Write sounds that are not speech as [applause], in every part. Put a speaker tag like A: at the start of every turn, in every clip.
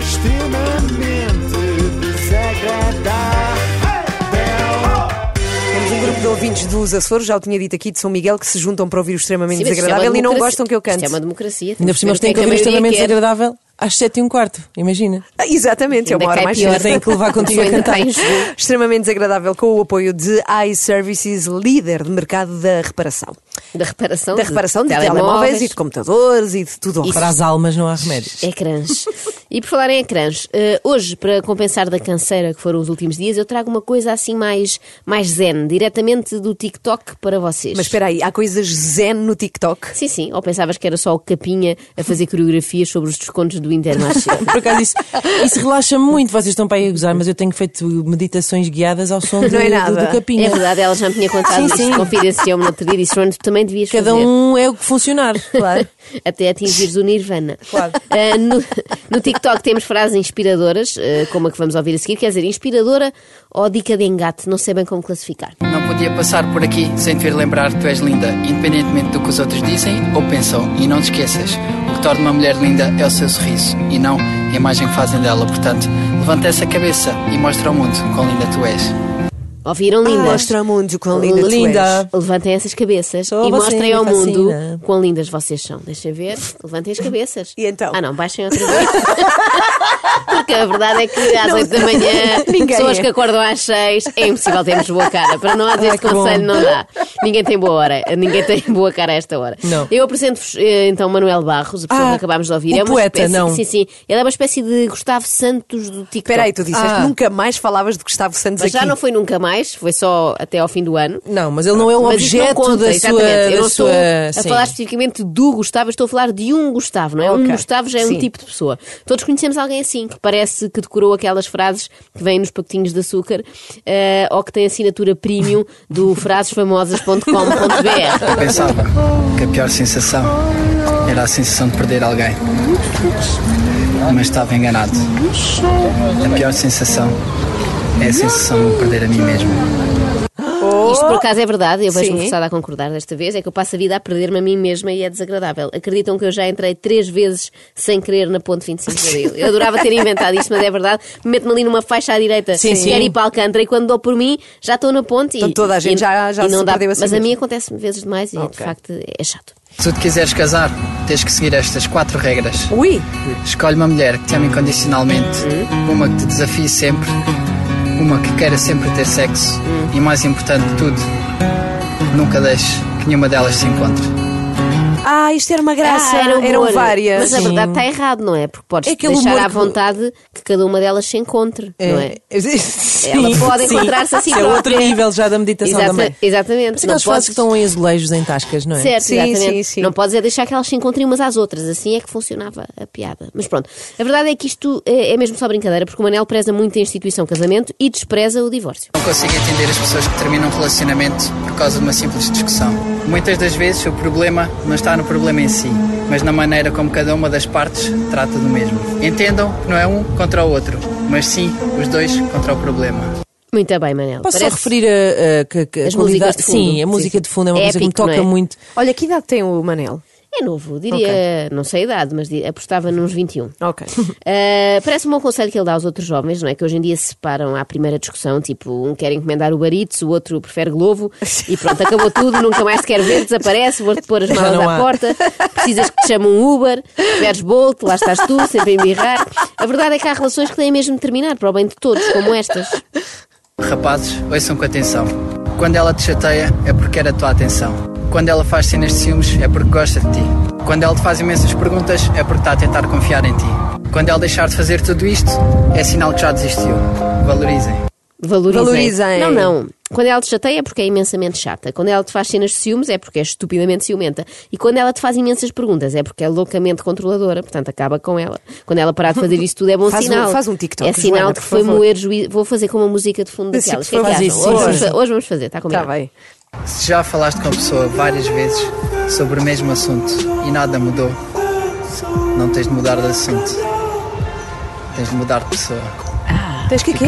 A: extremamente desagradável.
B: Temos um grupo de ouvintes dos Açores, já o tinha dito aqui, de São Miguel, que se juntam para ouvir o extremamente
C: Sim, mas isto é uma
B: desagradável e não
C: democracia.
B: gostam que eu cante.
C: Isto é uma democracia.
D: Ainda por cima eles têm que ouvir extremamente
C: é.
D: desagradável às 7 e um quarto, imagina.
B: Ah, Exatamente, é uma hora mais
D: pior.
B: cedo.
C: [laughs]
D: Tem que levar contigo a cantar.
B: Extremamente desagradável com o apoio de iServices, líder de mercado da reparação.
C: Da reparação
B: Da reparação de telemóveis e de computadores e de tudo. ao
D: Para as almas não há remédio.
C: Ecrãs. E por falar em ecrãs, eh, hoje, para compensar da canseira que foram os últimos dias, eu trago uma coisa assim mais, mais zen, diretamente do TikTok para vocês.
B: Mas espera aí, há coisas zen no TikTok?
C: Sim, sim. Ou pensavas que era só o Capinha a fazer coreografias sobre os descontos do Intermarché?
D: Por acaso isso, isso relaxa-me muito, vocês estão para aí a gozar, mas eu tenho feito meditações guiadas
C: [laughs]
D: ao som do,
B: Não é nada.
D: do, do capinha.
C: É verdade, ela já me tinha contado
D: Sim,
C: isto.
D: sim.
C: Confidenciou-me no outro dia e disse: "Joana, tu também devias
D: Cada
C: fazer.
D: um é o que funcionar.
B: Claro.
C: [laughs] Até atingires o Nirvana.
D: Claro.
C: Ah, no, no TikTok temos frases inspiradoras, ah, como a que vamos ouvir a seguir. Quer dizer, inspiradora ou dica de engate? Não sei bem como classificar.
E: Não podia passar por aqui sem te ver lembrar que tu és linda, independentemente do que os outros dizem ou pensam. E não te esqueças, o que torna uma mulher linda é o seu sorriso e não a imagem que fazem dela. Portanto, levanta essa cabeça e mostra ao mundo quão linda tu és.
C: Ouviram lindas?
B: Mostra ao mundo quão linda, Oh,
D: Linda.
C: Levantem essas cabeças
D: Só
C: e
D: você
C: mostrem
B: é
D: me
C: ao mundo
D: fascina.
C: quão lindas vocês são. Deixem ver, levantem as cabeças.
B: E então?
C: Ah, não, baixem outra vez. [laughs] Porque a verdade é que às
B: Não,
C: 8 da manhã,
B: [laughs] ninguém
C: pessoas
B: é.
C: que acordam às 6, é impossível termos boa cara.
B: [laughs]
C: Para nós,
D: Ai,
C: este
D: que
C: conselho
D: bom.
C: não dá. Ninguém tem boa hora, ninguém tem [laughs] boa cara a esta hora.
D: Não.
C: Eu apresento-vos eh, então Manuel Barros, a pessoa
D: Ah,
C: que acabámos de ouvir.
D: o
C: é uma
D: poeta,
C: espécie,
D: não.
C: Sim, sim. Ele é uma espécie de Gustavo Santos do TikTok.
B: Espera aí, tu disseste que
D: Ah.
B: nunca mais falavas de Gustavo Santos
C: Mas já
B: aqui.
C: não foi nunca mais, foi só até ao fim do ano.
D: Não, mas ele não é o
C: Mas isto não
D: objeto
C: conta,
D: da sua.
C: exatamente. Eu não
D: da
C: estou
D: sua
C: a
D: sim.
C: falar especificamente do Gustavo, eu estou a falar de um Gustavo, não é? Um
B: Ok.
C: Gustavo já é
B: Sim.
C: um tipo de pessoa. Todos conhecemos alguém assim, que parece que decorou aquelas frases que vêm nos pacotinhos de açúcar eh, ou que tem assinatura premium do [laughs] frasesfamosas.com.br.
E: Eu pensava que a pior sensação era a sensação de perder alguém. Mas estava enganado. A pior sensação é a sensação de perder a mim mesmo.
C: Isto por acaso é verdade, eu vejo-me
B: Oh, Sim.
C: forçada a concordar desta vez, é que eu passo a vida a perder-me a mim mesma e é desagradável. Acreditam que eu já entrei três vezes sem querer na ponte 25 de Abril. Eu adorava ter inventado isto, mas é verdade. Meto-me ali numa faixa à direita,
D: Sim, sim.
C: quero ir para Alcântara e quando dou por mim já estou na ponte e,
B: Então toda a gente
C: e-
B: já- já
C: e não
B: se
C: dá.
B: perdeu a si
C: mas a
B: mesmo.
C: mim acontece-me vezes demais e de
B: Ok.
C: facto é chato.
E: Se tu te quiseres casar, tens que seguir estas quatro regras.
B: Ui,
E: Escolhe uma mulher que te ame incondicionalmente, uma que te desafie sempre, uma que queira sempre ter sexo e, mais importante de tudo, nunca deixe que nenhuma delas se encontre.
B: ah, isto era uma graça.
C: Ah, um
B: Eram
C: humor.
B: várias.
C: Mas a verdade está errado, não é? Porque podes
D: É aquele
C: deixar
D: humor
C: à
D: que-
C: vontade que cada uma delas se encontre, não é?
D: [laughs] Sim,
C: Ela pode
D: sim.
C: encontrar-se assim, a si
D: Isso é outro
C: própria.
D: nível já da meditação
C: Exata-
D: também.
C: Exatamente.
B: é
D: Mas
C: Não
D: aquelas frases
C: podes-
D: que estão em azulejos, em tascas, não é?
C: Certo,
B: Sim,
C: exatamente.
B: sim, sim.
C: Não podes é deixar que elas se encontrem umas às outras, assim é que funcionava a piada. Mas pronto, a verdade é que isto é, é mesmo só brincadeira, porque o Manel preza muito a instituição casamento e despreza o divórcio.
E: Não consigo entender as pessoas que terminam um relacionamento por causa de uma simples discussão. Muitas das vezes o problema não está no problema em si, mas na maneira como cada uma das partes trata do mesmo. Entendam que não é um contra o outro, mas sim os dois contra o problema.
C: Muito bem, Manel.
D: Posso
C: Parece-
D: só referir a, a, que- que a
C: As músicas
D: qualidade.
C: de fundo.
D: Sim, a
C: Sim,
D: música
C: sim.
D: de fundo é uma
C: É
D: música que me
C: épico, não
D: toca
C: é?
D: muito.
B: Olha, que idade tem o Manel?
C: É novo, diria, não sei a idade, mas di- apostava nos 21.
B: Ok.
C: [laughs] Uh, parece um bom conselho que ele dá aos outros jovens, não é? Que hoje em dia se separam à primeira discussão, tipo, um quer encomendar o Baritz, o outro prefere Globo, e pronto, acabou tudo, nunca mais te quero ver, desaparece, vou-te pôr as
D: Já
C: malas
D: não
C: à
D: há.
C: porta, precisas que te chame um Uber, tiveres Bolt, lá estás tu, sempre a embirrar. A verdade é que há relações que têm mesmo de terminar, para o bem de todos, como estas.
E: Rapazes, ouçam com atenção. Quando ela te chateia, é porque quer a tua atenção. Quando ela faz cenas de ciúmes, é porque gosta de ti. Quando ela te faz imensas perguntas, é porque está a tentar confiar em ti. Quando ela deixar de fazer tudo isto, é sinal que já desistiu. Valorizem.
C: Valorizem.
B: Valorizem.
C: Não, não. Quando ela te chateia é porque é imensamente chata. Quando ela te faz cenas de ciúmes é porque é estupidamente ciumenta. E quando ela te faz imensas perguntas é porque é loucamente controladora. Portanto, acaba com ela. Quando ela parar de fazer
B: [laughs]
C: isso tudo é bom
B: Faz um-
C: sinal.
B: faz um TikTok,
C: É sinal
B: Joana,
C: de que
B: por
C: foi
B: favor.
C: moer juízo. Vou fazer com uma música de fundo
B: Sim,
C: daquelas.
B: por
C: O que é que
D: favor.
C: acham?
D: Faz isso,
C: Hoje vamos
D: sim.
C: fa- Hoje vamos fazer, está
B: Está
C: combinado?
B: bem.
E: Se já falaste com a pessoa várias vezes sobre o mesmo assunto e nada mudou, não tens de mudar de assunto. Tens de mudar de pessoa.
B: Tens que quê?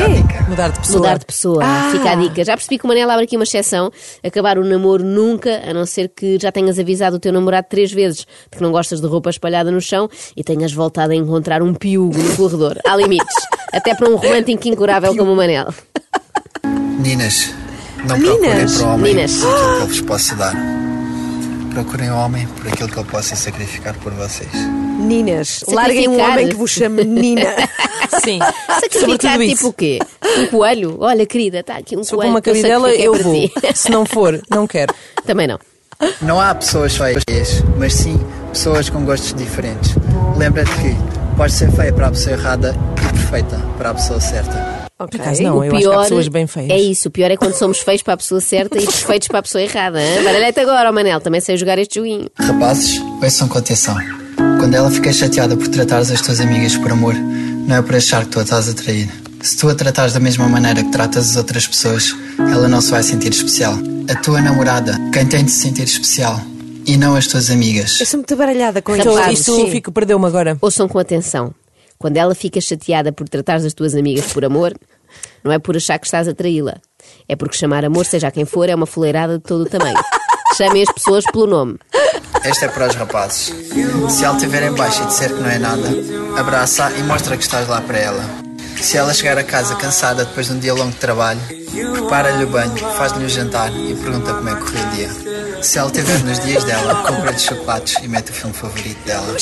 D: Mudar de pessoa. Ah.
C: Mudar de pessoa, fica a dica. Já percebi que o Manela abre aqui uma exceção. Acabar o namoro nunca, a não ser que já tenhas avisado o teu namorado três vezes de que não gostas de roupa espalhada no chão e tenhas voltado a encontrar um piugo no corredor. Há
D: [laughs]
C: limites. Até para um romântico incurável como o Manela.
E: Meninas,
B: Meninas,
E: não procurem para o homem
C: meninas.
E: por aquilo que eu vos posso dar. Procurem o homem por aquilo que ele possa sacrificar por vocês.
B: Ninas. Larguem um
C: Sacrificar.
B: homem que vos chame Nina.
C: [laughs]
D: [laughs] Sim.
C: Sacrificar
D: Sobretudo
C: tipo
D: isso.
C: o quê? Um coelho? Olha, querida, está aqui um
D: Se for com
C: coelho.
D: uma
C: que eu
D: cabidela,
C: sacrifiquei
D: eu
C: para
D: vou.
C: ti.
D: [laughs] Se não for, não
C: [laughs]
D: quero.
C: Também não.
E: Não há pessoas feias, mas sim pessoas com gostos diferentes. Lembra-te que podes ser feia para a pessoa errada e perfeita para a pessoa certa.
B: Ok.
D: Por acaso não, eu acho que há pessoas bem feias.
C: É isso, o pior é quando somos feios para a pessoa certa
D: [laughs]
C: e perfeitos para a pessoa errada. hein? Baralhete agora, ó Manel, também sei jogar este joguinho.
E: Rapazes, ouçam contenção. Quando ela fica chateada por tratares as tuas amigas por amor, não é por achar que tu a estás a trair. Se tu a tratares da mesma maneira que tratas as outras pessoas, ela não se vai sentir especial. A tua namorada, quem tem de se sentir especial, e não as tuas amigas.
B: Eu sou muito baralhada com
D: Então,
C: Rapazes,
D: isso
C: sim.
D: fico, perdeu-me agora.
C: Ouçam com atenção. Quando ela fica chateada por tratares as tuas amigas por amor, não é por achar que estás a traí-la. É porque chamar amor, seja a quem for, é uma fuleirada de todo o tamanho. Chamem as pessoas pelo nome.
E: Esta é para os rapazes. Se ela estiver em baixo e disser que não é nada, abraça e mostra que estás lá para ela. Se ela chegar a casa cansada depois de um dia longo de trabalho, prepara-lhe o banho, faz-lhe o jantar e pergunta como é que correu o dia. Se ela estiver nos dias dela, compra-lhe chocolates e mete o filme favorito dela.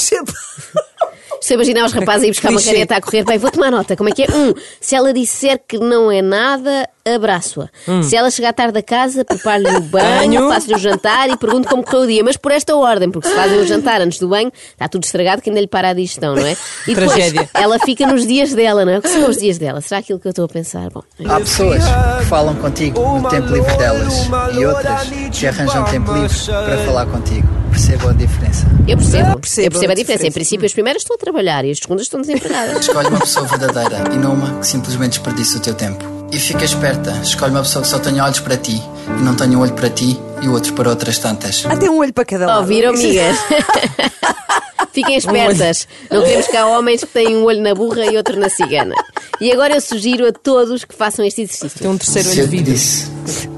C: Se eu imaginar os rapazes a ir buscar uma
D: Clichê.
C: caneta a correr, bem, vou tomar nota. Como é que é? Um, se ela disser que não é nada, abraço-a. Se ela chegar tarde a casa, preparo-lhe o banho,
D: Hum. Banho.
C: faço-lhe o jantar e pergunto como correu o dia. Mas por esta ordem, porque se fazem o jantar antes do banho, está tudo estragado que ainda lhe para a digestão, não é? E depois,
D: Tragédia.
C: ela fica nos dias dela, não é? O que são os dias dela? Será aquilo que eu estou a pensar? Bom,
E: Há pessoas que falam contigo no tempo livre delas e outras que arranjam tempo livre para falar contigo. Percebam a diferença.
C: eu
D: Ah,
C: percebo.
B: percebo
C: eu percebo a
B: a
C: diferença. Em
B: diferença.
C: princípio, as primeiras estão a trabalhar e as segundas estão desempregadas.
E: Escolhe uma pessoa verdadeira e não uma que simplesmente desperdiça o teu tempo. E fica esperta, escolhe uma pessoa que só tenha olhos para ti e não tenha um olho para ti e o outro para outras tantas.
B: Até um olho para cada lado.
C: Ouviram, amigas? [laughs] Fiquem espertas. Não queremos que há homens que têm um olho na burra e outro na cigana. E agora eu sugiro a todos que façam este exercício.
D: Tem um terceiro
E: Se
D: olho
E: eu te
D: vidro.
E: disse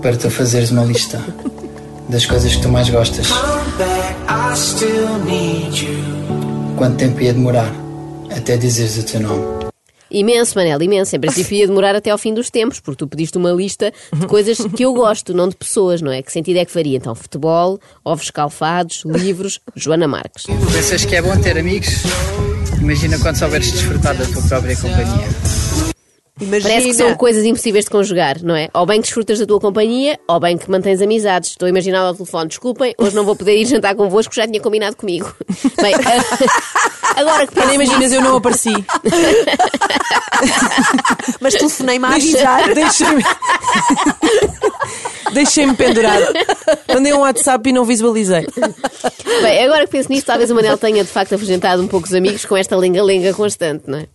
E: para tu fazeres uma lista das coisas que tu mais gostas, quanto tempo ia demorar até dizeres o teu nome?
C: Imenso, Manel, imenso. Em princípio ia demorar até ao fim dos tempos, porque tu pediste uma lista de coisas que eu gosto, não de pessoas, não é? Que sentido é que faria? Então, futebol, ovos calfados, livros, Joana Marques.
E: Pensas que é bom ter amigos? Imagina quando souberes desfrutar da tua própria companhia.
B: [laughs] Imagina.
C: Parece que são coisas impossíveis de conjugar, não é? Ou bem que desfrutas da tua companhia, ou bem que mantens amizades. Estou a imaginar ao telefone, desculpem, hoje não vou poder ir jantar convosco, já tinha
B: [laughs]
C: combinado comigo. Bem, a- agora que
D: Nem
C: penso
D: imaginas, eu
C: [laughs]
D: não apareci.
B: Mas telefonei-me a avisar.
C: [laughs]
D: [laughs] Deixei-me. Deixei-me pendurado. Mandei um WhatsApp e não visualizei.
C: Bem, agora que penso nisto, talvez o Manel tenha de facto afugentado um pouco os amigos com esta lenga-lenga constante, não é?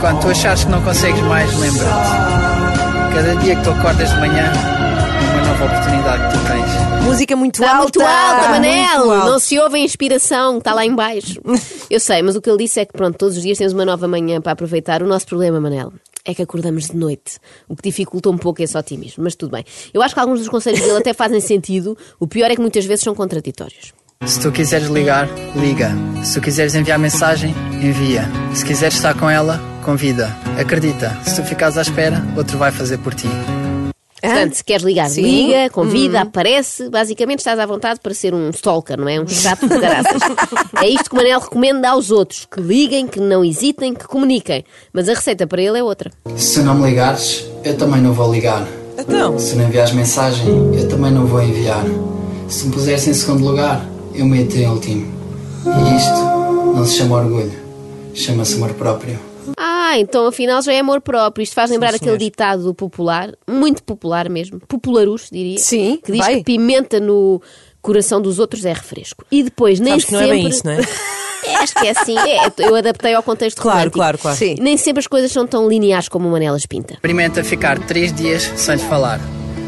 E: Quando tu achares que não consegues mais, lembra-te. Cada dia que tu acordas de manhã, é uma nova oportunidade que tu tens.
B: Música muito
C: Está
B: alta.
C: Tá muito alta, Manel!
B: Muito alta.
C: Não se ouve a inspiração, está lá em baixo. Eu sei, mas o que ele disse é que pronto, todos os dias temos uma nova manhã para aproveitar. O nosso problema, Manel, é que acordamos de noite, o que dificulta um pouco esse otimismo, mas tudo bem. Eu acho que alguns dos conselhos dele até fazem sentido, o pior é que muitas vezes são contraditórios.
E: Se tu quiseres ligar, liga. Se tu quiseres enviar mensagem, envia. Se quiseres estar com ela, convida. Acredita, se tu ficares à espera, outro vai fazer por ti.
C: Portanto, se queres ligar,
B: Sim. Hum.
C: liga, convida, aparece. Basicamente, estás à vontade para ser um stalker, não é? Um chato
B: [laughs]
C: de caraças. é isto que o Manel recomenda aos outros: que liguem, que não hesitem, que comuniquem. Mas a receita para ele é outra.
E: Se não me ligares, eu também não vou ligar.
D: Então,
E: Se não enviares mensagem, eu também não vou enviar. Se me puseres em segundo lugar, eu meto em último. E isto não se chama orgulho, chama-se amor próprio.
C: Ah, Ah, então afinal já é amor próprio. Isto faz lembrar aquele
D: senhor.
C: ditado popular, muito popular mesmo, popularus, diria.
B: Sim,
C: que diz
B: bem.
C: que pimenta no coração dos outros é refresco. E depois, nem
D: Sabes que não é
C: sempre.
D: bem isso, não é?
C: É, [laughs] Acho que é assim. É, eu adaptei ao contexto
D: Claro,
C: romântico.
D: claro, claro.
B: Sim.
C: Nem sempre as coisas são tão lineares como o Manelas pinta.
E: Experimenta ficar três dias sem lhe falar.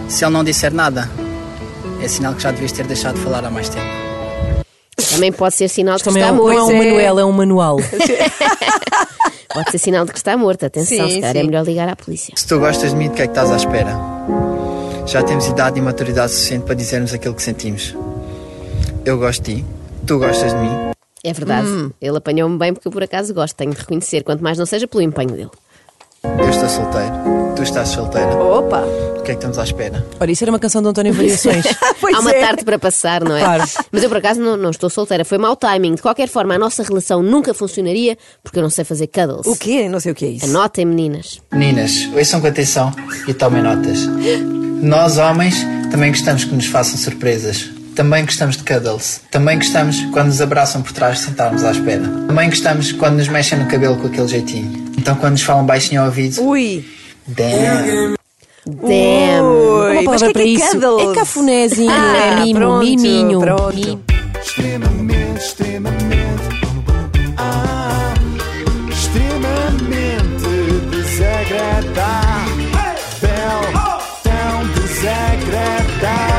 E: Se ele não disser nada, é sinal que já devias ter deixado de falar há mais tempo.
C: Também pode ser sinal de que
D: Também é
C: está
D: um, não é
C: morto.
D: um manual, é um manual.
C: Pode ser sinal de que está morto. Atenção,
B: Sim,
C: se calhar
B: sim.
C: é melhor ligar à polícia.
E: Se tu gostas de mim, do que é que estás à espera? Já temos idade e maturidade suficiente para dizermos aquilo que sentimos. Eu gosto de ti, tu gostas de mim.
C: É verdade.
D: Hum.
C: Ele apanhou-me bem porque eu por acaso gosto, tenho de reconhecer, quanto mais não seja pelo empenho dele.
E: Eu estou solteiro, tu estás solteira.
B: Opa!
E: O que é que estamos à espera?
D: Ora, isso era uma canção de António Variações.
B: [laughs] Pois
C: Há uma
B: é.
C: tarde para passar, não é?
D: Claro.
C: Mas eu por acaso não, não estou solteira. Foi mau timing. De qualquer forma, a nossa relação nunca funcionaria porque eu não sei fazer cuddles.
B: O quê? Não sei o que é isso.
C: Anotem, meninas.
E: Meninas, ouçam com atenção e tomem notas. Nós, homens, também gostamos que nos façam surpresas. Também gostamos de cuddles. Também gostamos quando nos abraçam por trás sem estarmos à espera. Também gostamos quando nos mexem no cabelo com aquele jeitinho. Então, quando nos falam baixinho ao ouvido,
B: Ui!
E: damn.
C: Damn.
B: Ui,
D: Uma
B: mas que
D: palavra
B: é
D: para
B: que é
D: isso.
B: cuddles?
D: É cafunézinho,
B: Ah,
D: é mimo,
B: pronto,
D: miminho.
B: pronto.
D: Mi-
A: extremamente, extremamente, ah, extremamente desagradável, tão desagradável.